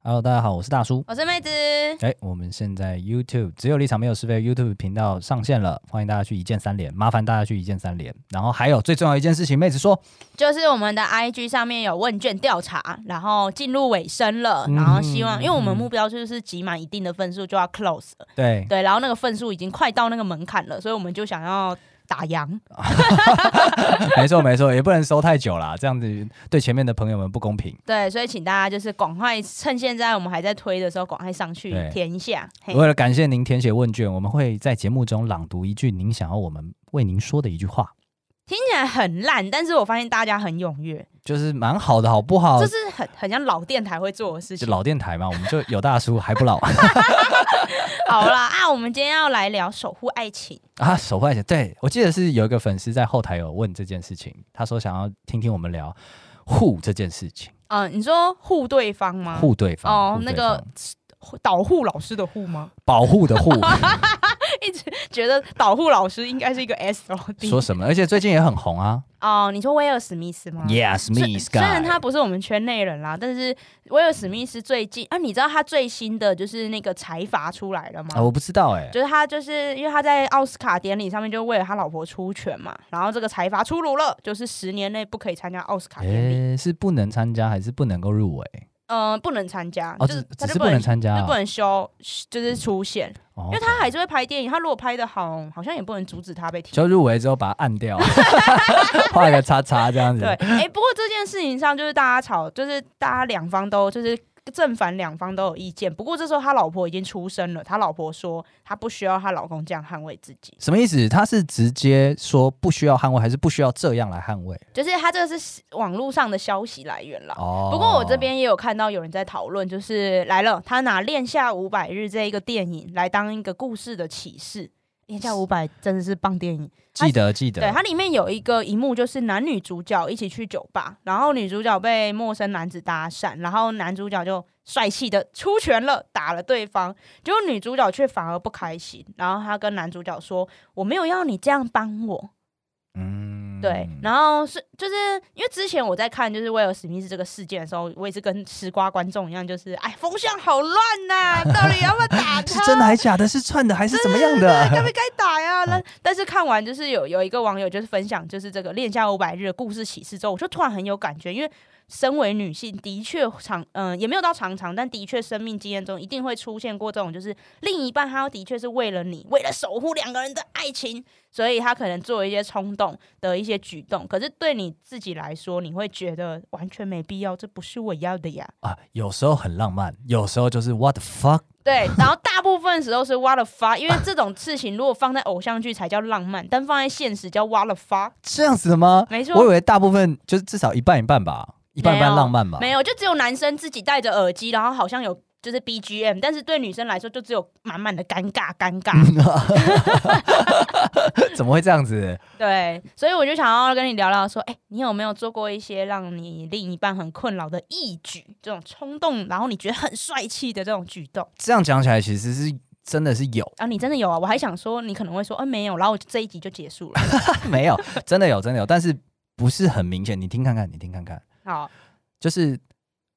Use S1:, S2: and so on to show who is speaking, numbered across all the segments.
S1: Hello，大家好，我是大叔。
S2: 我是妹子，
S1: 哎，我们现在 YouTube 只有立场没有是非 YouTube 频道上线了，欢迎大家去一键三连，麻烦大家去一键三连。然后还有最重要一件事情，妹子说，
S2: 就是我们的 IG 上面有问卷调查，然后进入尾声了，
S1: 嗯
S2: 然后希望，
S1: 嗯
S2: 因为我们目标就是集满一定的分数就要 close 了，
S1: 对，
S2: 对，然后那个分数已经快到那个门槛了，所以我们就想要打烊，
S1: 没错没错，也不能收太久啦，这样子对前面的朋友们不公平。
S2: 对，所以请大家就是赶快趁现在我们还在推的时候，赶快上去
S1: 对
S2: 填一下，嘿
S1: 为了感谢您填写问卷，我们会在节目中朗读一句您想要我们为您说的一句话，
S2: 听起来很烂，但是我发现大家很踊跃，
S1: 就是蛮好的，好不好
S2: 这？是很很像老电台会做的事
S1: 哦就
S2: 情。
S1: 老电台嘛，我们就有大叔还不老
S2: 好啦，啊，我们今天要来聊守护爱情，
S1: 啊，手坏姐，对我记得是有一个粉丝在后台有问这件事情，他说想要听听我们聊护这件事情，
S2: 嗯、你说护对方吗？
S1: 护对方
S2: 哦
S1: 护
S2: 那
S1: 对
S2: 个
S1: 方
S2: 导护老师的护吗？
S1: 保护的护，
S2: 觉得导护老师应该是一个 S O D。
S1: 说什么？而且最近也很红啊
S2: 哦，你说威尔史密斯吗
S1: ，Yes
S2: 虽
S1: me
S2: 虽然
S1: Sky，
S2: 他不是我们圈内人啦，但是威尔史密斯最近啊，你知道他最新的就是那个财阀出来了吗？
S1: 啊，我不知道哎，
S2: 就是他，就是因为他在奥斯卡典礼上面就为了他老婆出拳嘛，然后这个财阀出炉了，就是十年内不可以参加奥斯卡典礼，
S1: 诶，是不能参加还是不能够入围？
S2: 嗯、不能参加，
S1: 哦，
S2: 就
S1: 只
S2: 是
S1: 只
S2: 他就是
S1: 不能参加哦
S2: 就不
S1: 啊，
S2: 能休，就是出现，
S1: 因
S2: 因为他还是会拍电影，他如果拍的好，好像也不能阻止他被提
S1: 就入围之后把它按 掉，画一个叉叉这样子。
S2: 对，哎、不过这件事情上就是大家吵，就是大家两方都就是正反两方都有意见。不过这时候他老婆已经出声了，他老婆说她不需要她老公这样捍卫自 己，
S1: 什么意思？他是直接说不需要捍卫，还是不需要这样来捍卫？
S2: 就是他这个是网络上的消息来源啦。
S1: 哦，
S2: 不过我这边也有看到有人在讨论，就是来了，他拿《恋下五百日》这一个电影来当一个故事的启示，《恋下五百》真的是棒电影。
S1: 记得记得，
S2: 对，它里面有一个一幕，就是男女主角一起去酒吧，然后女主角被陌生男子搭讪，然后男主角就帅气的出拳了，打了对方，结果女主角却反而不开心，然后她跟男主角说：“我没有要你这样帮我。”
S1: 嗯
S2: 对，然后是就是因为之前我在看就是威尔史密斯这个事件的时候，我也是跟吃瓜观众一样，就是哎风向好乱 呐、到底要不要打
S1: 是
S2: 他？啊
S1: 真的还假的？是串的还是怎么样
S2: 对该
S1: 的？
S2: 不该打呀？那但是看完就是有有一个网友就是分享就是这个《恋下五百日》的故事启示之后，我就突然很有感觉，因为身为女性，的确常嗯、也没有到常常，但的确生命经验中一定会出现过这种，就是另一半他的确是为了你，为了守护两个人的爱情，所以他可能做一些冲动的一些举动，可是对你自己来说，你会觉得完全没必要，这不是我要的呀。
S1: 啊，有时候很浪漫，有时候就是 what the fuck。
S2: 对，然后大部分时候是挖了发，因为这种事情如果放在偶像剧才叫浪漫，但放在现实叫挖了发，
S1: 这样子的吗？
S2: 没错
S1: 我以为大部分就是至少一半一半吧，一半一半浪漫吧。
S2: 没有，就只有男生自己戴着耳机，然后好像有就是 BGM，但是对女生来说就只有满满的尴尬，尴 尬。
S1: 怎么会这样子？
S2: 对，所以我就想要跟你聊聊说，哎，你有没有做过一些让你另一半很困扰的义举，这种冲动，然后你觉得很帅气的这种举动？
S1: 这样讲起来，其实是真的是有，
S2: 啊，你真的有啊？我还想说你可能会说，嗯、没有，然后我这一集就结束了。
S1: 没有，真的有，真的有，但是不是很明显。你听看看，你听看看，
S2: 好，
S1: 就是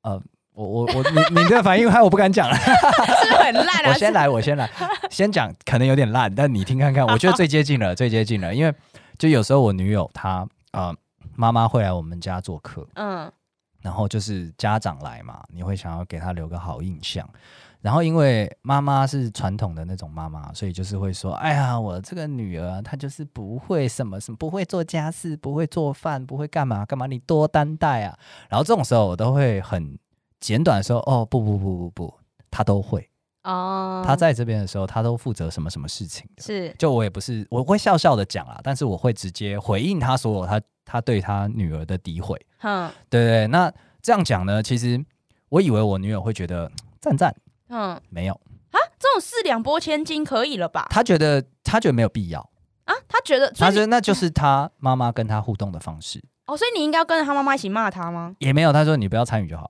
S1: 呃，我我我，你你的反应 害我不敢讲了。
S2: 是不是很烂啊？
S1: 我先来，我先来，先讲，可能有点烂，但你听看看，我觉得最接近了，最接近了，因为就有时候我女友她呃，妈妈会来我们家做客，
S2: 嗯，
S1: 然后就是家长来嘛，你会想要给他留个好印象。然后因为妈妈是传统的那种妈妈，所以就是会说：“哎呀，我这个女儿啊她就是不会什么什么，不会做家事，不会做饭，不会干嘛干嘛，你多担待啊。”然后这种时候我都会很简短的说：“哦，不不不不不，她都会，
S2: 哦，
S1: 她在这边的时候，她都负责什么什么事情的。”
S2: 是
S1: 就我也不是，我会笑笑的讲啦，但是我会直接回应她所有她她对她女儿的诋毁。
S2: 哼
S1: 对对，那这样讲呢，其实我以为我女友会觉得嘖赞赞，
S2: 哼
S1: 没有，
S2: 啊，这种四两拨千斤可以了吧？
S1: 她觉得她觉得没有必要，
S2: 啊，他觉得，所
S1: 她
S2: 以
S1: 觉
S2: 你
S1: 得那就是她妈妈跟她互动的方式，
S2: 哦，所以你应该要跟着他妈妈一起骂他 吗？啊
S1: 也没有，她说你不要参与就好。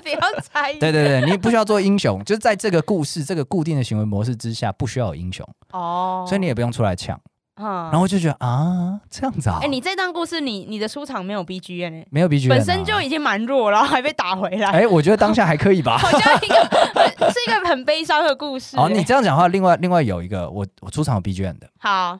S2: 不要猜疑
S1: 对对对，你不需要做英雄，就是在这个故事这个固定的行为模式之下，不需要有英雄，
S2: 哦，
S1: 所以你也不用出来抢。
S2: 嗯，
S1: 然后我就觉得啊，这样子啊，
S2: 哎、你这段故事你你的出场没有 B G M 呢、
S1: 没有 B G 啊
S2: 本身就已经蛮弱，然后还被打回来，
S1: 哎，我觉得当下还可以吧。
S2: 好像一个很是一个很悲伤的故事、
S1: 哦，你
S2: 哎
S1: 这样讲的话，另外另外有一个我我出场有 B G M 的，
S2: 好，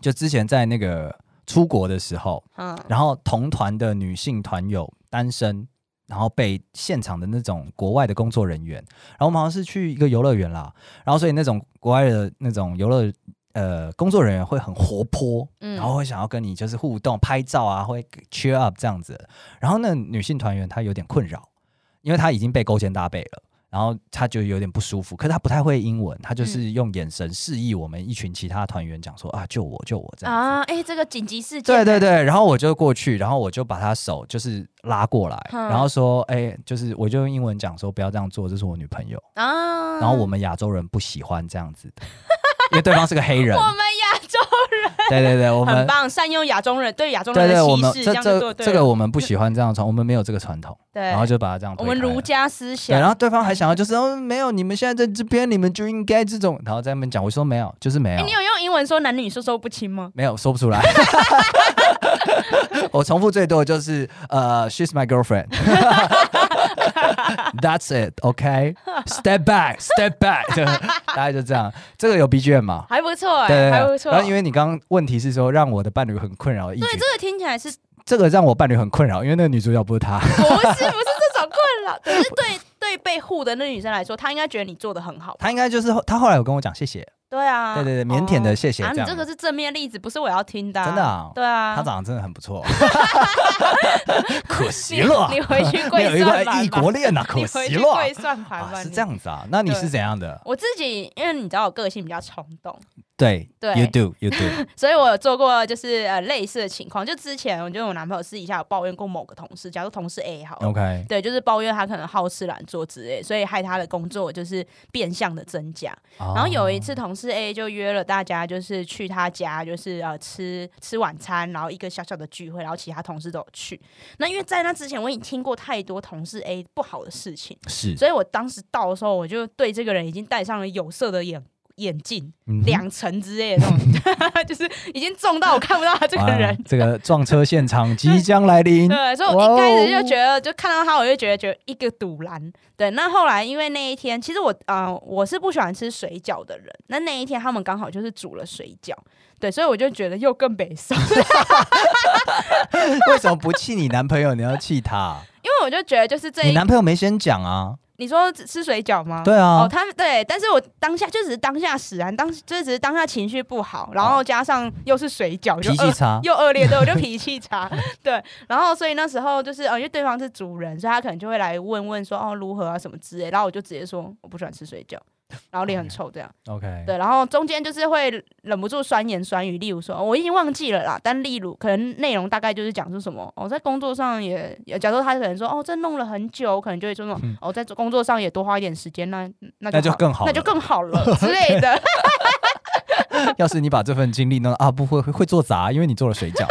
S1: 就之前在那个出国的时候，
S2: 嗯，
S1: 然后同团的女性团友单身，然后被现场的那种国外的工作人员，然后我们好像是去一个游乐园啦，然后所以那种国外的那种游乐呃工作人员会很活泼，
S2: 嗯
S1: 然后会想要跟你就是互动、拍照啊，会 cheer up 这样子。然后那女性团员她有点困扰，因为她已经被勾肩搭背了。然后她就有点不舒服，可是她不太会英文，她
S2: 嗯
S1: 就是用眼神示意我们一群其他团员讲说啊救我救我这样子。
S2: 啊，哎、这个紧急事件，
S1: 对对，对，然后我就过去，然后我就把他手就是拉过来，
S2: 嗯
S1: 然后说，哎、就是我就用英文讲说不要这样做，这是我女朋友，
S2: 啊，
S1: 然后我们亚洲人不喜欢这样 子的因为对方是个黑人
S2: 我，们亚洲
S1: 对对对，我
S2: 很
S1: 们
S2: 棒，善用亚洲人对亚洲
S1: 对
S2: 人的
S1: 对，
S2: 歧视，
S1: 我们这
S2: 样就
S1: 这
S2: 做对
S1: 这个
S2: 了
S1: 我们不喜欢这样的传，我们没有这个传统，
S2: 对，
S1: 然后就把他这样推
S2: 我们
S1: 哦开
S2: 儒
S1: 了
S2: 家思想，
S1: 对，然后对方还想要就是哦没有，你们现在在这边，你们就应该这种，然后在那边讲，我说没有，就是没
S2: 哎、
S1: 有
S2: 你，有用英文说男女授受不亲吗？
S1: 没有说不出来。 我重复最多的就是呃、s h e s my girlfriend 。That's it, OK. Step back, step back，就 大概就这样。这个有 BGM 吗？
S2: 还不错、哎，
S1: 对
S2: 还
S1: 对
S2: 不
S1: 对。
S2: 错。
S1: 然后因为你刚刚问题是说让我的伴侣很困扰的一句
S2: 对，，这个听起来是
S1: 这个让我伴侣很困扰，因为那个女主角不是她。
S2: 不是不是这种 困扰，只是对对被护的那女生来说，她应该觉得你做的很好。
S1: 她应该就是后她后来有跟我讲谢谢，
S2: 对啊，
S1: 对对对，腼腆的
S2: 哦
S1: 谢谢
S2: 啊，
S1: 这
S2: 你
S1: 样。
S2: 这个是正面例子，不是我要听的、
S1: 真的啊
S2: 对啊，
S1: 她长得真的很不 错，可惜
S2: 你
S1: 了，
S2: 你回去
S1: 没有
S2: 跪
S1: 一
S2: 算
S1: 个
S2: 盘吧，
S1: 异国恋呐，
S2: 你
S1: 可
S2: 回
S1: 惜
S2: 去
S1: 了
S2: 跪算盘吧、
S1: 啊，是
S2: 你
S1: 这。样子啊。那你是
S2: 对
S1: 怎样的？
S2: 我自己因为你知道我个性比较冲动，
S1: 对
S2: 对
S1: y o u do you do，
S2: 所以我有做过就是呃类似的情况。就之前我觉得我男朋友私底下有抱怨过某个同事，假如同事 A 好了
S1: OK，
S2: 对，就是抱怨他可能好吃懒做之类，所以害他的工作就是变相的增加。
S1: 然
S2: 然后有一次，同事 A 就约了大家，就是去他家，就是呃吃吃晚餐，然后一个小小的聚会，然后其他同事都有去。那因为在那之前，我已经听过太多同事 A 不好的事情，
S1: 是
S2: 所以我当时到的时候，我就对这个人已经戴上了有色的眼眼镜，
S1: 嗯哼
S2: 两层之类的那种， 就是已经重到我看不到他这个
S1: 哇
S2: 人。
S1: 这个撞车现场即将来 临，
S2: 对，所以我一开始就觉得，就看到他，我就觉得觉得一个堵拦。对，那后来因为那一天，其实我呃我是不喜欢吃水饺的人，那那一天他们刚好就是煮了水饺，对，所以我就觉得又更 北宋，
S1: 为什么不气你男朋友，你要气他？
S2: 因为我就觉得就是这
S1: 你
S2: 一，
S1: 男朋友没先讲啊？
S2: 你说只吃水饺吗？
S1: 对
S2: 哦，
S1: 啊，
S2: 他们对，但是我当下就只是当下使然，当就只是当下情绪不好，然
S1: 哦
S2: 后加上又是水饺，就
S1: 脾
S2: 呃
S1: 气
S2: 恶
S1: 差，
S2: 又恶劣，对我就脾气差， 对，然后所以那时候就是呃，因为对方是主人，所以他可能就会来问问说哦如何啊什么之类，然后我就直接说我不喜欢吃水饺，然后脸很臭
S1: 嗯
S2: 这样，
S1: OK，
S2: 对，然后中间就是会忍不住酸言酸语，例如说、哦我已经忘记了啦，但例如可能内容大概就是讲出什么，哦在工作上也，也假如他可能说哦这弄了很久，我可能就会说那种、
S1: 嗯
S2: 哦在工作上也多花一点时间，那那
S1: 那就
S2: 就
S1: 更好
S2: 那就
S1: 了
S2: 更好了之类的，
S1: 要是你把这份精力弄到啊，不会会做砸，因为你做了水饺，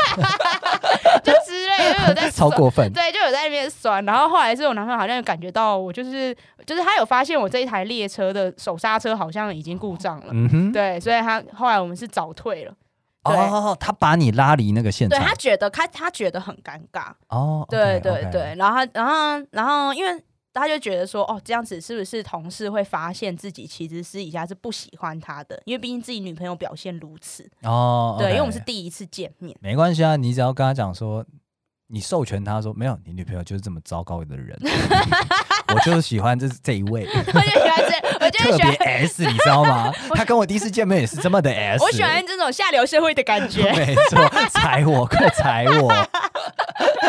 S2: 就之类的，就 有在
S1: 超过分。
S2: 对，就有在那边酸。然后后来是我男朋友好像有感觉到我，就是就是他有发现我这一台列车的手刹车好像已经故障了，
S1: 嗯哼，
S2: 对，所以他后来我们是早退了。对
S1: 哦，他把你拉离那个现
S2: 对
S1: 场
S2: 他，觉得他他觉得很尴尬，
S1: 哦，
S2: 对
S1: OK，
S2: 对
S1: OK
S2: 对，然后他然后然后因为。他就觉得说，哦，这样子是不是同事会发现自己其实私底下是不喜欢他的？因为毕竟自己女朋友表现如此，
S1: 哦，
S2: 对，因为我
S1: OK
S2: 们是第一次见 面，
S1: 没关系啊，你只要跟他讲说，你授权他说没有，你女朋友就是这么糟糕的 人，我就是喜欢这这一位，
S2: 我就喜欢这，我就
S1: 特
S2: 喜
S1: 别
S2: 欢，
S1: S，你知道 吗？他跟我第一次见面也是这么的 S，
S2: 我喜欢这种下流社会的感觉。
S1: 没错，踩我，快踩 我，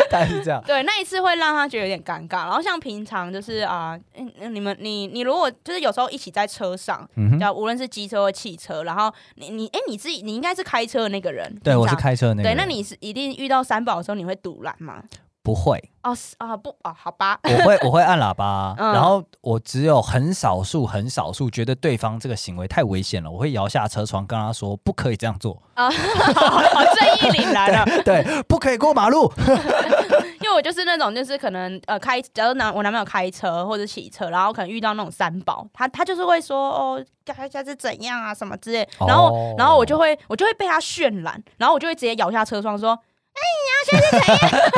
S1: 但是这样，
S2: 对，那一次会让他觉得有点尴尬。然后像平常就是啊，嗯、嗯你们你你如果就是有时候一起在车上，
S1: 嗯哼，
S2: 叫无论是机车或汽车，然后你你哎、你自己你应该是开车的那个人，
S1: 对
S2: 平
S1: 我是
S2: 常。
S1: 开车的那个
S2: 对，
S1: 人，
S2: 那你是一定遇到三宝的时候，你会堵拦吗？
S1: 不会，
S2: 哦，是啊不啊，好吧，
S1: 我会我会按喇叭，啊
S2: 嗯
S1: 然后我只有很少数很少数觉得对方这个行为太危险了，我会摇下车窗跟他说不可以这样 做，
S2: 啊，好正义凛然了，
S1: 对，不可以过马路，
S2: 因为为我就是那种，就是可能呃开，假如男我男朋友开车或者骑车，然后可能遇到那种三宝，他他就是会说哦，该下次怎样啊什么之类，然后、
S1: 哦
S2: 然后我就会我就会被他渲染，然后我就会直接摇下车窗说。哎 呀，现在是怎样？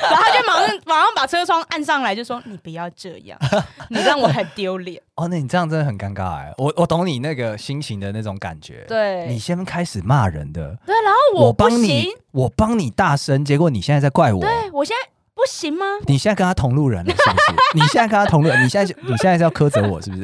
S2: 然后他就马上马上把车窗按上来，就说：“你不要这样，你让我很丢脸。
S1: 哦，那你这样真的很尴尬哎、我我懂你那个心情的那种感觉”。，
S2: 对，
S1: 你先开始骂人的，
S2: 对，然后我不
S1: 帮
S2: 行
S1: 你，，我帮你大声，结果你现在在怪我。
S2: 对我现在不行吗？
S1: 你现在跟他同路人了，是不 是？你现在跟他同路人，你现在你现在是要苛责我，是不是？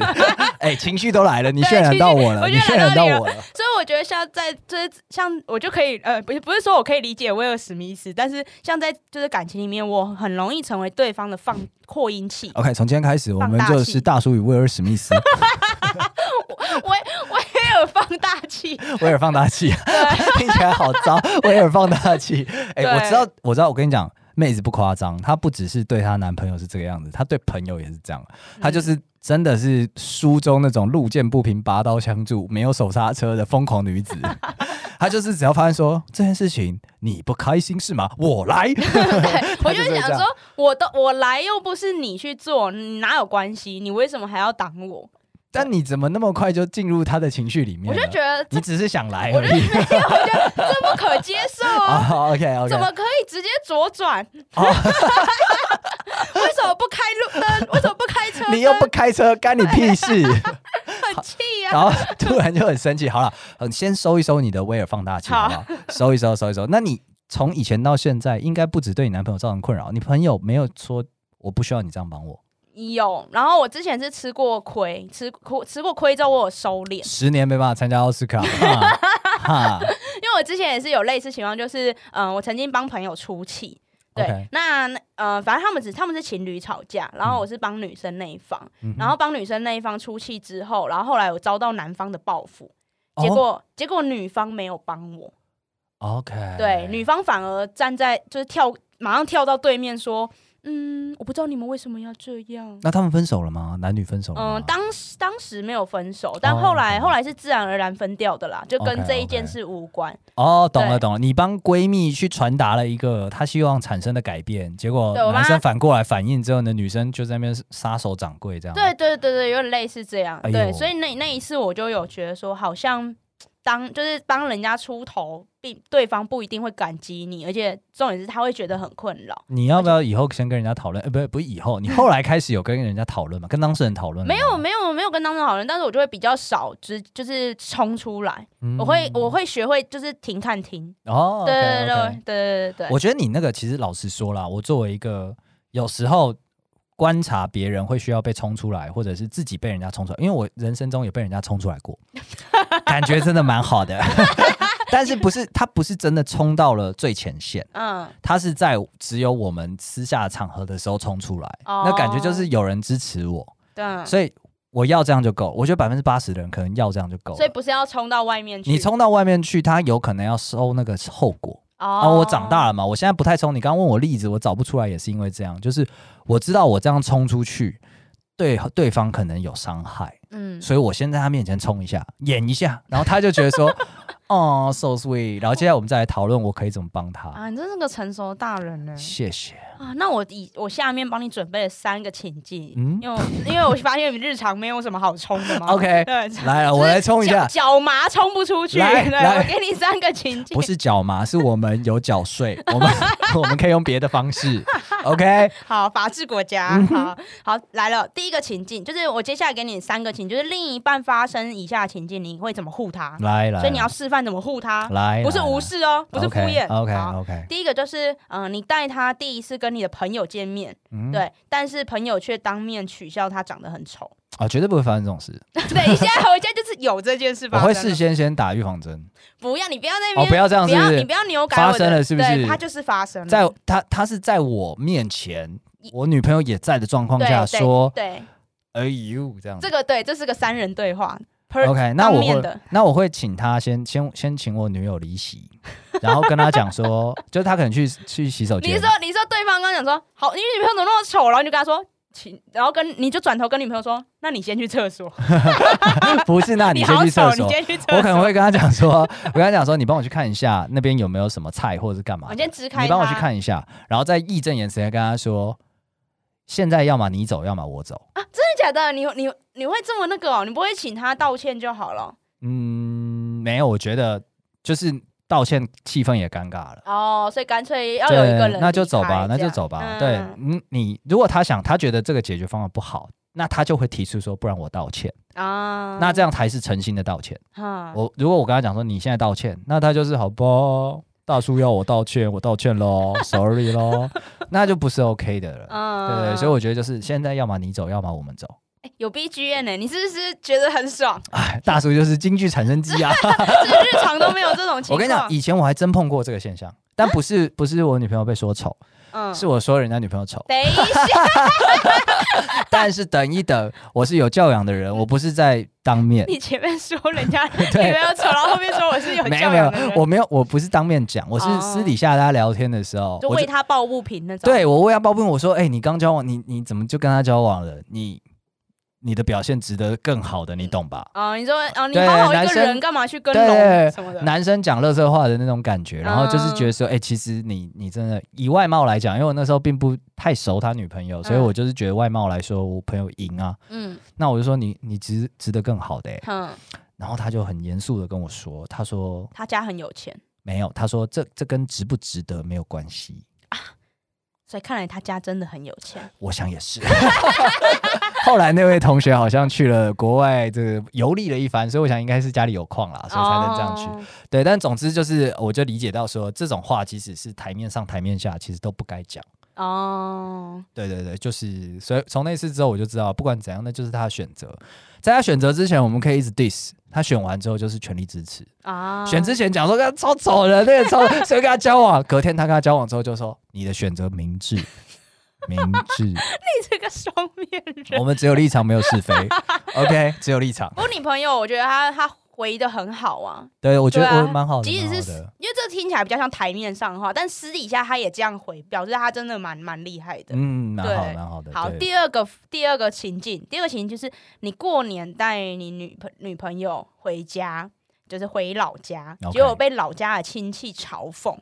S1: 哎、情绪都来了，你
S2: 对
S1: 渲染到我了，
S2: 情
S1: 你
S2: 绪
S1: 渲
S2: 我
S1: 染
S2: 渲染到
S1: 到
S2: 你了
S1: 我了。
S2: 所以我觉得像在这像我就可以呃，不是不是说我可以理解威尔史密斯，但是像在就是感情里面，我很容易成为对方的放扩音器。
S1: OK，从今天开始，我
S2: 放
S1: 们
S2: 大
S1: 就
S2: 器
S1: 是大叔与威尔史密 斯，
S2: 我我也有放大 器，
S1: 威尔放大器，听起来好糟，威尔放大器。哎、
S2: 对
S1: 我知道，我知道，我跟你讲，妹子不夸张，她不只是对她男朋友是这个样子，她对朋友也是这样，她就是。
S2: 嗯
S1: 真的是书中那种路见不平拔刀相助、没有手刹车的疯狂女 子，她就是只要发现说这件事情你不开心是吗？我 来，
S2: 对我就
S1: 就是
S2: 想
S1: 这
S2: 说
S1: 样，
S2: 我都我来又不是你去做，你哪有关系？你为什么还要挡我？
S1: 但你怎么那么快就进入他的情绪里面
S2: 我
S1: 了？
S2: 就觉得 这
S1: 你只是想来
S2: 我
S1: 而
S2: 就没
S1: 已。
S2: 有，我就这不可接受 啊！
S1: 啊，OK OK，
S2: 怎么可以直接左转？
S1: 哦
S2: 为什么不开路灯？为什么不开车灯？
S1: 你又不开车，干你屁事？
S2: 很气 呀、
S1: 然后突然就很生气。好了，嗯，先收一收你的威尔放大器，好
S2: 好
S1: 不好？收一收，收一收。那你从以前到现在，应该不止对你男朋友造成困扰，你朋友没有说我不需要你这样帮我，
S2: 有，然后我之前是吃过亏，吃亏吃过亏之后我有收敛，
S1: 十年没办法参加奥斯卡，哈哈，
S2: 因为我之前也是有类似情况，就是嗯、呃我曾经帮朋友出气。对
S1: OK 嗯
S2: 那呃，反正他们只他们是情侣吵架，然后我是帮女生那一方，
S1: 嗯哼
S2: 然后帮女生那一方出气之后，然后后来我遭到男方的报复，
S1: 哦
S2: 结果、结果女方没有帮我，
S1: 哦 OK，
S2: 对，女方反而站在就是跳马上跳到对面说，嗯，我不知道你们为什么要这样，
S1: 那他们分手了吗？男女分手了吗？
S2: 嗯，当时当时没有分手，但
S1: 哦
S2: 后来、
S1: OK
S2: 后来是自然而然分掉的啦，就跟
S1: OK，
S2: 这一件
S1: OK
S2: 事无关。
S1: 哦，懂了
S2: 对
S1: 懂了，你帮闺蜜去传达了一个她希望产生的改变，结果
S2: 对我帮
S1: 男
S2: 她
S1: 生反过来反应之后呢，女生就在那边撒手掌柜这样。
S2: 对对对对，有点类似这样。
S1: 哎呦
S2: 对，所以那那一次我就有觉得说，好像当就是帮人家出头，并对方不一定会感激你，而且重点是他会觉得很困扰。
S1: 你要不要以后先跟人家讨论？呃，不是不是以后，你后来开始有跟人家讨论吗？跟当事人讨论了吗
S2: 没有，没有没有跟当中好人，但是我就会比较少，只就是冲出来，
S1: 嗯
S2: 我会我会学会就是停看停。
S1: 哦，
S2: 对
S1: OK，OK
S2: 对对对对对对
S1: 我觉得你那个其实老实说啦，我作为一个有时候观察别人会需要被冲出来，或者是自己被人家冲出来，因为我人生中也被人家冲出来过， 感觉真的蛮好的。 但是不是他不是真的冲到了最前线，
S2: 嗯，
S1: 他是在只有我们私下场合的时候冲出来，
S2: 哦
S1: 那感觉就是有人支持我，
S2: 对。
S1: 所以我要这样就够。我觉得百分之八十的人可能要这样就够
S2: 所以
S1: 了。
S2: 不是要冲到外面去，
S1: 你冲到外面去，他有可能要收那个后果。
S2: 哦
S1: 啊，我长大了嘛，我现在不太冲。你刚刚问我例子，我找不出来，也是因为这样，就是我知道我这样冲出去，对对方可能有伤害，
S2: 嗯，
S1: 所以我先在他面前冲一下，演一下，然后他就觉得说， 哦，so sweet。然后接下来我们再来讨论我可以怎么帮他。
S2: 啊，你真是个成熟大人呢
S1: 谢谢。
S2: 啊！那我以我下面帮你准备了三个情境，
S1: 嗯
S2: 因为我因为我发现你日常没有什么好冲的嘛。
S1: OK，
S2: 对，
S1: 来了，我来冲一
S2: 脚
S1: 下，
S2: 脚麻冲不出去，
S1: 来
S2: 对，
S1: 来
S2: 我给你三个情境
S1: 不。是脚麻，是我们有缴税， 我们我们可以用别的方式。OK，
S2: 好，法治国家，
S1: 嗯
S2: 好好来了。第一个情境就是我接下来给你三个情境，就是另一半发生以下情境，你会怎么护他？
S1: 来来，
S2: 所以你要示范怎么护他，
S1: 来，
S2: 不是
S1: 来
S2: 无视哦，不是敷衍。
S1: OK
S2: 好
S1: OK，
S2: 第一个就是，嗯、你带他第一次跟你的朋友见面，
S1: 嗯，
S2: 对，但是朋友却当面取笑他长得很 丑。
S1: 啊，绝对不会发生这种事。
S2: 等一下，我现在就是有这件事
S1: 我
S2: 发生
S1: 会
S2: 了。
S1: 事先先打预防针，
S2: 不要你不要在那
S1: 哦
S2: 边、，
S1: 不要这样，
S2: 啊不
S1: 是不
S2: 要你
S1: 是
S2: 不？要扭改
S1: 发
S2: 我的
S1: 生了是不
S2: 对
S1: 是
S2: 它就是发生了，
S1: 在他他是在我面前，我女朋友也在的状况
S2: 对
S1: 下
S2: 对
S1: 说
S2: 对，：“
S1: 哎呦，这样子。
S2: 这个对，这是个三人对话。per-
S1: OK，那我
S2: 当面
S1: 会
S2: 的
S1: 那我会请他先先先请我女友离席，然后跟他讲 说，就是他可能去去洗手
S2: 你
S1: 间
S2: 是，说你是说对方刚讲说好，因为女朋友怎么那么丑，然后你就跟他说请，然后跟你就转头跟女朋友说，那你先去厕所，
S1: 不是，那你先
S2: 好
S1: 去
S2: 丑
S1: 厕，
S2: 你
S1: 所。
S2: 先去 厕所，
S1: 我可能会跟他讲说，我跟他讲说，你帮我去看一下那边有没有什么菜或者是干嘛
S2: 我
S1: 的，
S2: 先支开，
S1: 你帮我去。看一下，然后再义正言辞的跟他说，现在要么你走，要么我走。
S2: 真的假的？你你你会这么那个哦？你不会请他道歉就好了？
S1: 嗯，没有，我觉得就是道歉气氛也尴尬了。
S2: 哦，所以干脆要
S1: 对，
S2: 有一个人，
S1: 那就走吧，那就走吧。对，嗯，你如果他想，他觉得这个解决方案不好，那他就会提出说，不然我道歉。
S2: 啊。
S1: 那这样才是诚心的道歉。
S2: 样
S1: 我如果我跟他讲说你现在道歉，那他就是好吧，大叔要我道歉，我道歉 喽，sorry 喽，那就不是 OK 的了。
S2: 嗯
S1: 对对，所以我觉得就是现在，要么你走，要么我们走。
S2: 哎有 B G M 呢，你是不是觉得很 爽？
S1: 哎，大叔就是京剧产生 机啊！
S2: 这日常都没有这种情况。
S1: 我跟你讲，以前我还真碰过这个现象，但不是不是我女朋友被说丑，
S2: 嗯
S1: 是我说人家女朋友丑。
S2: 等一下，
S1: 但是等一等，我是有教养的人，我不是在当面。
S2: 你前面说人 家女
S1: 对
S2: 朋友丑，然后后面说我是有
S1: 没有
S2: 教
S1: 没
S2: 养
S1: 有
S2: 的人，，
S1: 我没有，我不是当面讲，我是
S2: 哦
S1: 私底下大家聊天的时候，
S2: 就
S1: 我
S2: 为他抱不平那种。，
S1: 对我为他抱不平，我说：“哎、你刚交往，你你怎么就跟他交往了？你你的表现值得更好的，你懂吧？”
S2: 哦，你说哦，你
S1: 对
S2: 好好一
S1: 男
S2: 个
S1: 生
S2: 人干嘛去跟
S1: 对
S2: 龙什么的？
S1: 男生讲乐色话的那种感觉，然后就是觉得说，哎、其实你你真的以外貌来讲，因为我那时候并不太熟他女朋友，所以
S2: 嗯
S1: 我就是觉得外貌来说，我朋友赢啊。
S2: 嗯
S1: 那我就说你你值值得更好的、欸，
S2: 哼，
S1: 然后他就很严肃的跟我说，他说
S2: 他家很有钱，
S1: 没有，他说这这跟值不值得没有关系，
S2: 所以看来他家真的很有钱。
S1: 我想也是。 后来那位同学好像去了国外，这个游历了一番，所以我想应该是家里有矿啦，所以才能这样去。
S2: 哦
S1: 对，但总之就是，我就理解到说，这种话即使是台面上、台面下，其实都不该讲。
S2: 哦，
S1: 对对对，就是，所以从那次之后，我就知道，不管怎样，那就是他的选择。在他选择之前，我们可以一直 diss；他选完之后，就是全力支持。
S2: 啊，
S1: 选之前讲说，他超丑的，那个超谁跟他交往？隔天他跟他交往之后，就说你的选择明智，明智。
S2: 你 这个双面 人。
S1: 我们只有立场，没有是 非。OK，只有立场。
S2: 不过你朋友，我觉得他他回的很好啊，
S1: 对，我觉
S2: 对啊
S1: 得我蛮好的，
S2: 即使
S1: 蛮
S2: 是
S1: 好
S2: 私
S1: 的。
S2: 因为这听起来比较像台面上的话，但私底下他也这样回，表示他真的蛮蛮厉害的。
S1: 嗯，蛮好，
S2: 对
S1: 蛮好的。
S2: 好，
S1: 对
S2: 第二个第二个情境，第二个情境就是你过年带你女朋女朋友回家，就是回老家
S1: OK
S2: 结果被老家的亲戚嘲讽，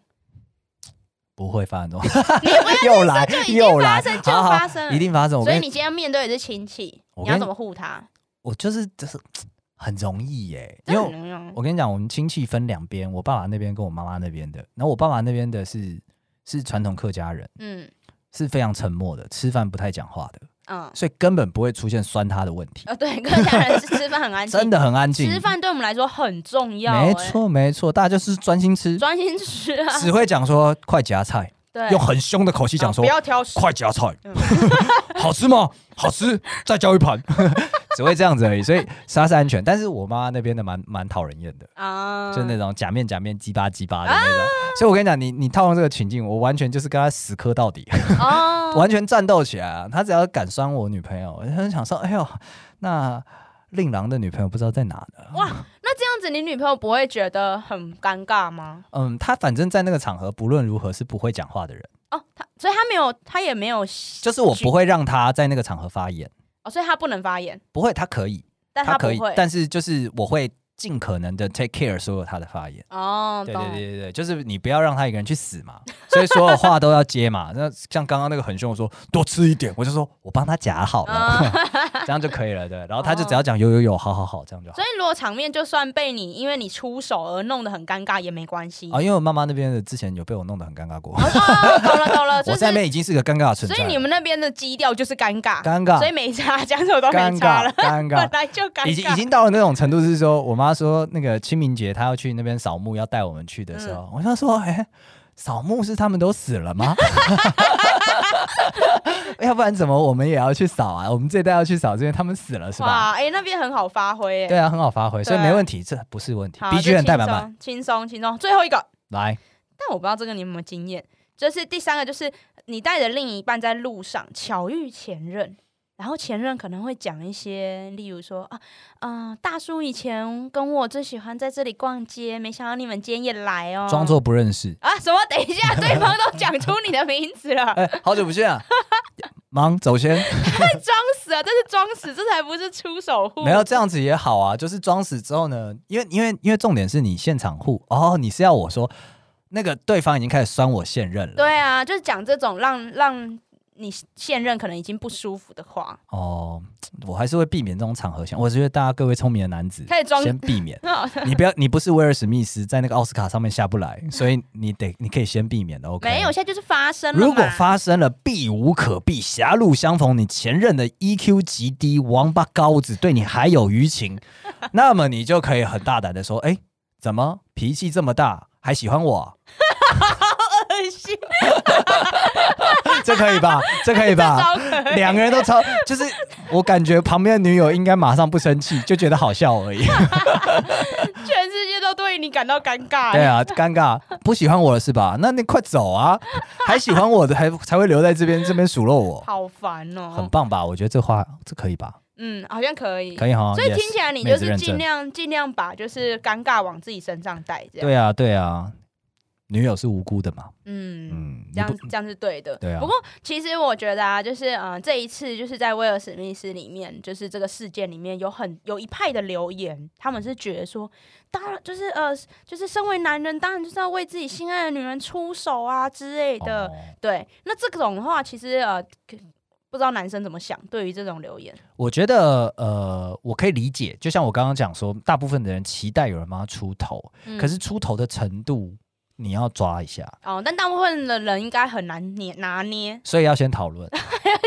S1: 不会发生这种， 又来
S2: 已经
S1: 又
S2: 发
S1: 来，
S2: 生就
S1: 好好
S2: 发生了
S1: 一定发生。我
S2: 所以
S1: 跟
S2: 你今天要面对的是亲戚，
S1: 我
S2: 你
S1: 跟
S2: 要怎么护他？
S1: 我就是就是很容易耶，因
S2: 这
S1: 为
S2: 很
S1: 我
S2: 能用
S1: 我跟你讲，我们亲戚分两边，我爸爸那边跟我妈妈那边的。然后我爸爸那边的是是传统客家人，
S2: 嗯
S1: 是非常沉默的，吃饭不太讲话的，
S2: 嗯，
S1: 所以根本不会出现酸他的问题，
S2: 呃，对，客家人是吃饭很安静，
S1: 真的很安静
S2: 吃。饭对我们来说很重要、
S1: 没
S2: 哎，
S1: 错没错，大家就是专心吃，
S2: 专心吃啊，
S1: 只会讲说快夹菜，
S2: 对，
S1: 用很凶的口气讲说
S2: 啊不要挑食，
S1: 快夹菜
S2: 嗯，
S1: 好吃吗？好吃，再叫一盘， 只会这样子而已，所以杀是安全。但是我妈那边的蛮蛮讨人厌的，
S2: 啊，
S1: 就那种假面假面鸡巴鸡巴的那种。所以我跟你讲，你你套用这个情境，我完全就是跟他死磕到底，
S2: 哦，
S1: 完全战斗起来啊！他只要敢伤我女朋友，我就很想说，哎呦，那令郎的女朋友不知道在哪呢？
S2: 哇，那这样子你女朋友不会觉得很尴尬吗？
S1: 嗯，他反正在那个场合，不论如何是不会讲话的人，
S2: 哦，她所以她没有，她也没有，
S1: 就是我不
S2: 会，
S1: 会让他在那个场合发言，
S2: 哦，所以她不能发言，
S1: 不会，他可以。
S2: 但
S1: 他
S2: 不
S1: 可以
S2: 会，，
S1: 但是就是我会尽可能的 take care 所有他的发言。
S2: 哦，
S1: 对对
S2: 懂，
S1: 对对对，就是你不要让他一个人去死嘛，所以所有话都要接嘛。那像刚刚那个很凶，我说多吃一点，我就说我帮他夹好了，这样就可以了。对，然后他就只要讲有有有，好好好，这样就好
S2: 所。以如果场面就算被你因为你出手而弄得很尴尬也没关系。
S1: 啊，因为我妈妈那边的之前有被我弄得很尴尬过，
S2: 哦，懂了懂了，就
S1: 我
S2: 是
S1: 在那边已经是个尴尬的存
S2: 所
S1: 在
S2: 以你
S1: 了，
S2: 们那边的基调就是尴尬，
S1: 尴尬
S2: 所以没差，讲什么都
S1: 尴
S2: 没差
S1: 尬
S2: 了，
S1: 尴尬
S2: 本。来就尴尬，
S1: 已经已经到了那种程度，是说我妈说那个清明节她要去那边扫墓，要带我们去的时候，
S2: 嗯
S1: 我就说，哎、扫墓是他们都死了 吗？ 要不然怎么我们也要去扫啊？我们这一代要去扫，是因为他们死了是吧？
S2: 哇，哎、那边很好发挥、哎，
S1: 对啊，很好发挥，所以
S2: 对啊
S1: 没问题，这不是问题。
S2: 好
S1: B G 人带满满，
S2: 就轻松轻松轻松。最后一个，
S1: 来，
S2: 但我不知道这个你有没有经验，就是第三个，就是你带着另一半在路上巧遇前任。然后前任可能会讲一些，例如说啊，嗯、大叔以前跟我最喜欢在这里逛街，没想到你们今天也来哦。
S1: 装作不认识。
S2: 啊什么？等一下，对方都讲出你的名字了。
S1: 哎、好久不见啊！忙走先，
S2: 装死啊！这是装死，这才不是出手护。
S1: 没有这样子也好啊。就是装死之后呢，因为因为因为重点是你现场护哦，你是要我说那个对方已经开始酸我现任了，
S2: 对啊，就是讲这种让让你现任可能已经不舒服的话，
S1: 哦，我还是会避免这种场合。想，我觉得大家各位聪明的男子，
S2: 开始装。
S1: 先避免
S2: 很好笑
S1: 你不要，你不是威尔史密斯，在那个奥斯卡上面下不来，所以你得，你可以先避免的。OK，
S2: 没有，现在就是发生了嘛。
S1: 如果 发生了，避无可避，狭路相逢，你前任的 EQ 极低，王八羔子对你还有余 情，那么你就可以很大胆的说，哎、怎么脾气这么大，还喜欢我？
S2: 恶心，
S1: 这可以吧？这可以
S2: 这
S1: 吧？
S2: 招可以。
S1: 两个人都超，就是我感觉旁边的女友应该马上不生气，就觉得好笑 而已。
S2: 全世界都对你感到尴尬。
S1: 对啊，尴尬，不喜欢我了是吧？那你快走啊！还喜欢我的，还才会留在这边这边数落我，
S2: 好烦
S1: 很
S2: 哦。
S1: 棒吧？我觉得这话这可以吧？
S2: 嗯，好像可以。
S1: 可以哈。
S2: 所以
S1: yes
S2: 听起来你
S1: 妹
S2: 就
S1: 子
S2: 是
S1: 认
S2: 尽
S1: 证
S2: 量尽量把就是尴尬往自己身上带，这样。
S1: 对啊，对啊，女友是无辜的嘛？
S2: 嗯。
S1: 嗯，你
S2: 这样
S1: 不
S2: 这样是对的，
S1: 对啊
S2: 不过其实我觉得啊，就是嗯、呃这一次就是在威尔史密斯里面，就是这个事件里面有很有一派的留言，他们是觉得说，当然就是呃，就是身为男人，当然就是要为自己心爱的女人出手啊之类的。
S1: 哦
S2: 对，那这种的话，其实呃，可不知道男生怎么想，对于这种留言，
S1: 我觉得呃，我可以理解，就像我刚刚讲说，大部分的人期待有人帮他出头，
S2: 嗯
S1: 可是出头的程度你要抓一下，
S2: 哦，但大部分的人应该很难捏拿捏，
S1: 所以要先讨论。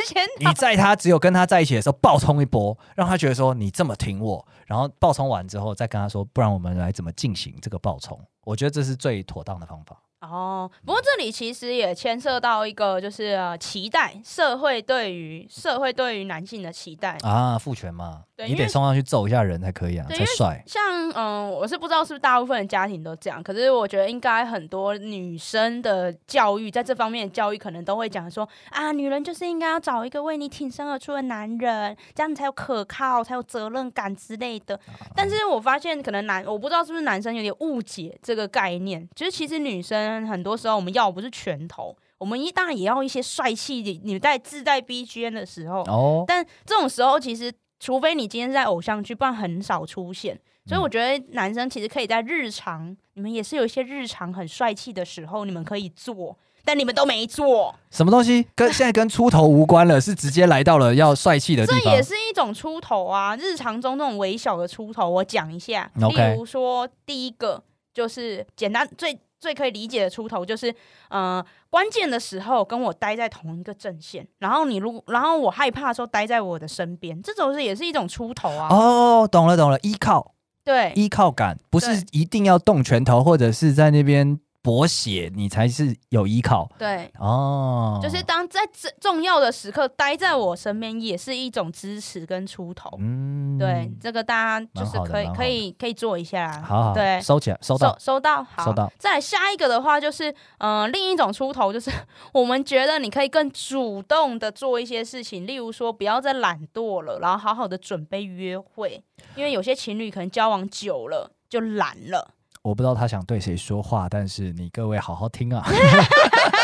S2: 先
S1: 你在他只有跟他在一起的时候暴冲一波，让他觉得说你这么挺我，然后暴冲完之后再跟他说，不然我们来怎么进行这个暴冲？我觉得这是最妥当的方法。
S2: 哦，不过这里其实也牵涉到一个，就是、呃、期待社会对于社会对于男性的期待。
S1: 啊，父权嘛，
S2: 对
S1: 你
S2: 因为
S1: 得送上去揍一下人才可以啊，
S2: 对
S1: 才帅。
S2: 像嗯，我是不知道是不是大部分的家庭都这样，可是我觉得应该很多女生的教育，在这方面的教育可能都会讲说啊，女人就是应该要找一个为你挺身而出的男人，这样你才有可靠，才有责任感之类的。但是我发现可能男，我不知道是不是男生有点误解这个概念，就是其实女生很多时候我们要不是拳头，我们一当然也要一些帅气的。你在自带 BGM 的时候，
S1: 哦，
S2: 但这种时候其实，除非你今天是在偶像剧，不然很少出现。所以
S1: 嗯
S2: 我觉得男生其实可以在日常，你们也是有一些日常很帅气的时候，你们可以做，但你们都没做，
S1: 什么东西跟现在跟出头无关了，是直接来到了要帅气的地
S2: 这
S1: 方
S2: 也。是一种出头啊。日常中那种微小的出头，我讲一下，
S1: OK
S2: 例如说第一个就是简单最最可以理解的出头，就是呃关键的时候跟我待在同一个阵线，然后你如然后我害怕的时候待在我的身边，这种是也是一种出头啊。
S1: 哦，懂了懂了，依靠
S2: 对，
S1: 依靠感不是一定要动拳头或者是在那边博血，你才是有依靠
S2: 对，
S1: 哦。
S2: 就是当在这重要的时刻待在我身边，也是一种支持跟出头。
S1: 嗯
S2: 对，这个大家就是
S1: 蛮好的
S2: 可以
S1: 蛮好的
S2: 可以可以做一下啦。啊
S1: 好好
S2: 对，
S1: 收起来，收到
S2: 收。收到，好，
S1: 收到。
S2: 再来下一个的话，就是嗯、呃另一种出头就是我们觉得你可以更主动的做一些事情，例如说不要再懒惰了，然后好好的准备约会，因为有些情侣可能交往久了就懒了。
S1: 我不知道他想对谁说话，但是你各位好好听啊。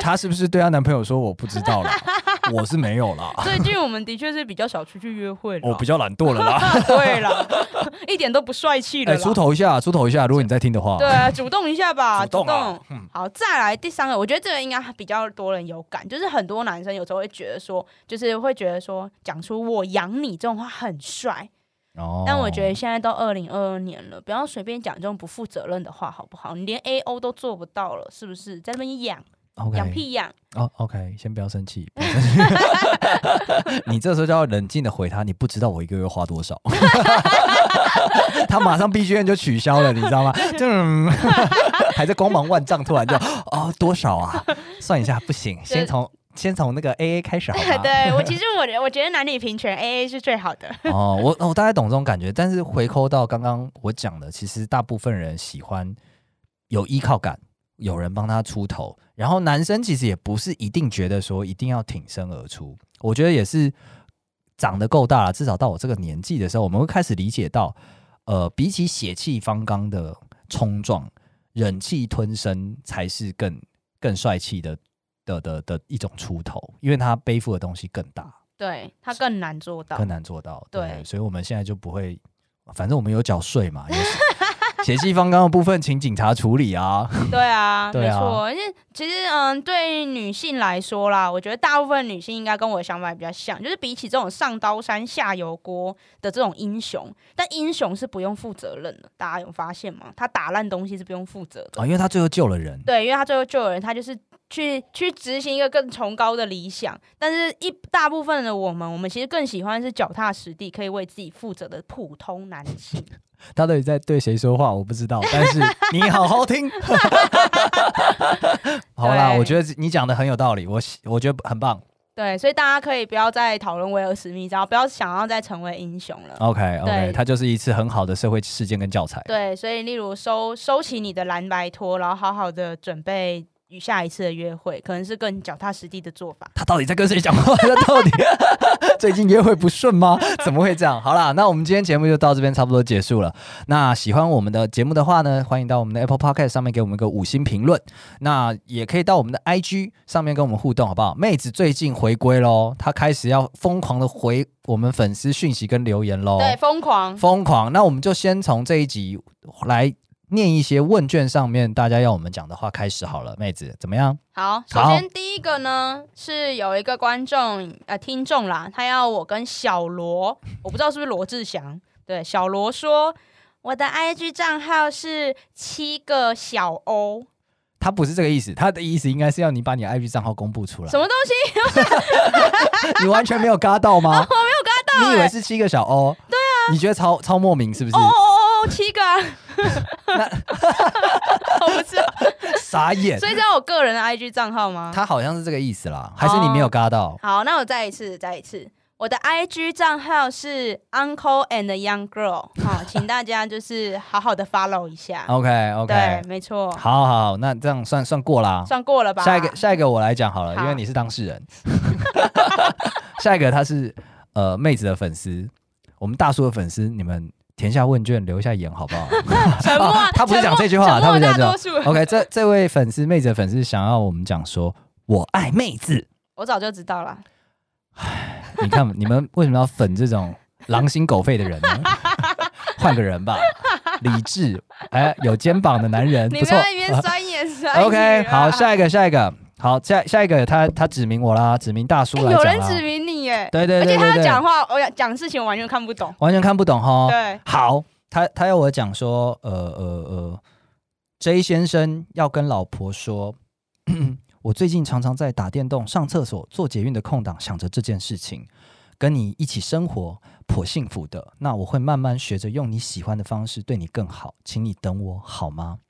S1: 她是不是对她男朋友说我不知道 了？我是没有啦，
S2: 最近我们的确是比较少出去约会了，
S1: 啊
S2: 啊
S1: 我比较懒惰了啦。
S2: 对了， 一点都不帅气了
S1: 哎，
S2: 啦。
S1: 出头一下，出头一下，如果你在听的话，
S2: 对啊，主动一下吧，
S1: 主动啊
S2: 好，再来第三个，我觉得这个应该比较多人有感，就是很多男生有时候会觉得说，就是会觉得说，讲出“我养你”这种话很帅，
S1: 哦
S2: 但我觉得现在都二零二二年了，不要随便讲这种不负责任的话，好不好？你连 A O 都做不到了，是不是？在那边养
S1: OK
S2: 养屁养，
S1: 哦，OK，先不要生气，不要生气 你这时候就要冷静的回他，你不知道我一个月花多少， 他马上 BGM 就取消了，你知道吗？就、 嗯、还在光芒万丈，突然就哦多少啊？算一下，不行，先从先从那个 AA 开始好吧？
S2: 对我其实我觉得我觉得男女平权 A A 是最好的，
S1: 哦，我我大概懂这种感觉，但是回扣到刚刚我讲的，其实大部分人喜欢有依靠感。有人帮他出头，然后男生其实也不是一定觉得说一定要挺身而出，我觉得也是长得够大了，至少到我这个年纪的时候，我们会开始理解到，呃，比起血气方刚的冲撞，忍气吞声才是更更帅气的的的的一种出头，因为他背负的东西更大，
S2: 对他更难做到
S1: 更。难做到。对，
S2: 对
S1: 所以我们现在就不会，反正我们有缴税嘛，有 血气方刚的部分请警察处理啊。
S2: 对啊，
S1: 对
S2: 没
S1: 啊
S2: 错。而且其实，嗯，对于女性来说啦，我觉得大部分女性应该跟我的想法比较像，就是比起这种上刀山下油锅的这种英雄，但英雄是不用负责任的，大家有发现吗？他打烂东西是不用负责的。
S1: 啊，因为他最后救了人，
S2: 对，因为他最后救了人，他就是去去执行一个更崇高的理想。但是一大部分的我们，我们其实更喜欢是脚踏实地，可以为自己负责的普通男性。
S1: 他到底在对谁说话，我不知道。但 是你好好听， 好啦，
S2: 对
S1: 我觉得你讲的很有道理，我喜我觉得很棒。
S2: 对，所以大家可以不要再讨论威尔史密斯，然后不要想要再成为英雄了。
S1: OK
S2: 对
S1: OK，它就是一次很好的社会事件跟教材。
S2: 对，所以例如收收起你的蓝白拖，然后好好的准备与下一次的约会，可能是更脚踏实地的做法。
S1: 他到底在跟谁讲话？他到底 最近约会不顺吗？怎么会这样？好啦，那我们今天节目就到这边差不多结束了。那喜欢我们的节目的话呢，欢迎到我们的 Apple Podcast 上面给我们一个五星评论。那也可以到我们的 IG 上面跟我们互动，好不好？妹子最近回归喽，她开始要疯狂的回我们粉丝讯息跟留言喽。
S2: 对，疯狂。
S1: 哦疯狂。那我们就先从这一集来念一些问卷上面大家要我们讲的话开始好了，妹子怎么样？
S2: 好，首
S1: 好
S2: 先第一个呢是有一个观众呃听众啦，他要我跟小罗，我不知道是不是罗志祥，对，小罗说我的 IG 账号是七个小欧，
S1: 他不是这个意思，他的意思应该是要你把你的 IG 账号公布出来
S2: 什。么东西？
S1: 你完全没有嘎到 吗？
S2: 哦我没有跟
S1: 你以为是七个小欧？对啊，你觉得超超莫名是不是
S2: 他哦？哦哦哦七个、啊， 我 不知道，
S1: 傻眼
S2: 所，以这是我个人的 IG 账号吗？
S1: 他好像是这个意思啦，还是你没有嘎到？
S2: 好，那我再一次，再一次，我的 IG 账号是 Uncle and the Young Girl，好、请大家就是好好的 follow 一下。
S1: OK OK，
S2: 哦对，没错，
S1: 好好好，那这样算算过啦。
S2: 算过了吧？
S1: 下一个下一个我来讲好了，
S2: 好
S1: 因为你是当事人。 下一个他是呃妹子的粉丝，我们大叔的粉丝，你们填下问卷留一下言好不好？
S2: 沉默，
S1: 啊他不是讲这句话
S2: 沉默
S1: 他不是讲
S2: 大
S1: 这句话
S2: 多数。
S1: OK，这这位粉丝妹子的粉丝想要我们讲说我爱妹子，
S2: 我早就知道了，
S1: 你看你们为什么要粉这种狼心狗肺的人呢？换个人吧，理智哎有肩膀的男人
S2: 你
S1: 不
S2: 们
S1: 错。
S2: 在那边酸言酸语啊。
S1: OK，好，下一个下一个好下下一个他他指名我啦，指名大叔来
S2: 哎有
S1: 讲
S2: 人
S1: 啦
S2: 指名你耶，
S1: 对对
S2: 而
S1: 对
S2: 且
S1: 对对，哦
S2: 他讲话，我讲事情我完全看不懂。
S1: 完全看不懂哈。
S2: 对，
S1: 好，他他要我讲说，呃呃呃，J 先生要跟老婆说， 我最近常常在打电动、上厕所、做捷运的空档，想着这件事情。跟你一起生活颇幸福的，那我会慢慢学着用你喜欢的方式对你更好，请你等我好吗？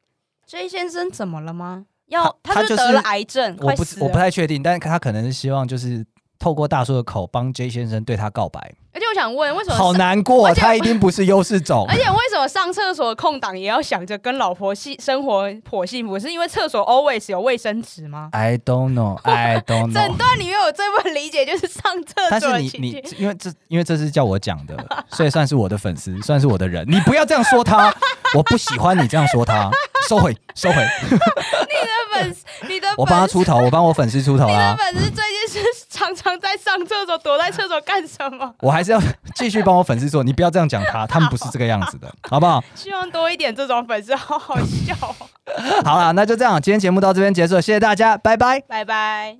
S2: 这先生怎么了吗？要
S1: 他
S2: 他
S1: 他
S2: 是
S1: 就是
S2: 得了癌症，
S1: 我
S2: 快
S1: 不
S2: 死
S1: 我不
S2: 了。
S1: 太确定，但是他可能是希望就是透过大叔的口帮 J 先生对他告白，
S2: 而且我想问，为什么
S1: 好
S2: 是
S1: 难过，
S2: 而且
S1: 他一定不是优势种
S2: 而。且为什么上厕所的空档也要想着跟老婆幸生活颇幸福？是因为厕所 always 有卫生纸吗？
S1: I don't know, I don't
S2: 整
S1: know。
S2: 段里面我最不理解就是上 厕
S1: 但
S2: 所
S1: 是
S2: 的
S1: 你
S2: 情
S1: 你
S2: 境。
S1: 因为这因为这是叫我讲的，所以算是我的粉丝，算是我的人。你不要这样说他，我不喜欢你这样说他，收回收回，
S2: 粉丝，你的
S1: 我帮他
S2: 粉丝，
S1: 出头，我帮我粉丝出头啊
S2: 你的
S1: 啦。
S2: 粉丝最近是常常在上厕所，躲在厕所干什么？
S1: 我还是要继续帮我粉丝做，你不要这样讲他，他们不是这个样子的，好不好？
S2: 希望多一点这种粉丝，好好笑哦、
S1: 好啦，那就这样，今天节目到这边结束了，谢谢大家，拜拜。
S2: 拜拜。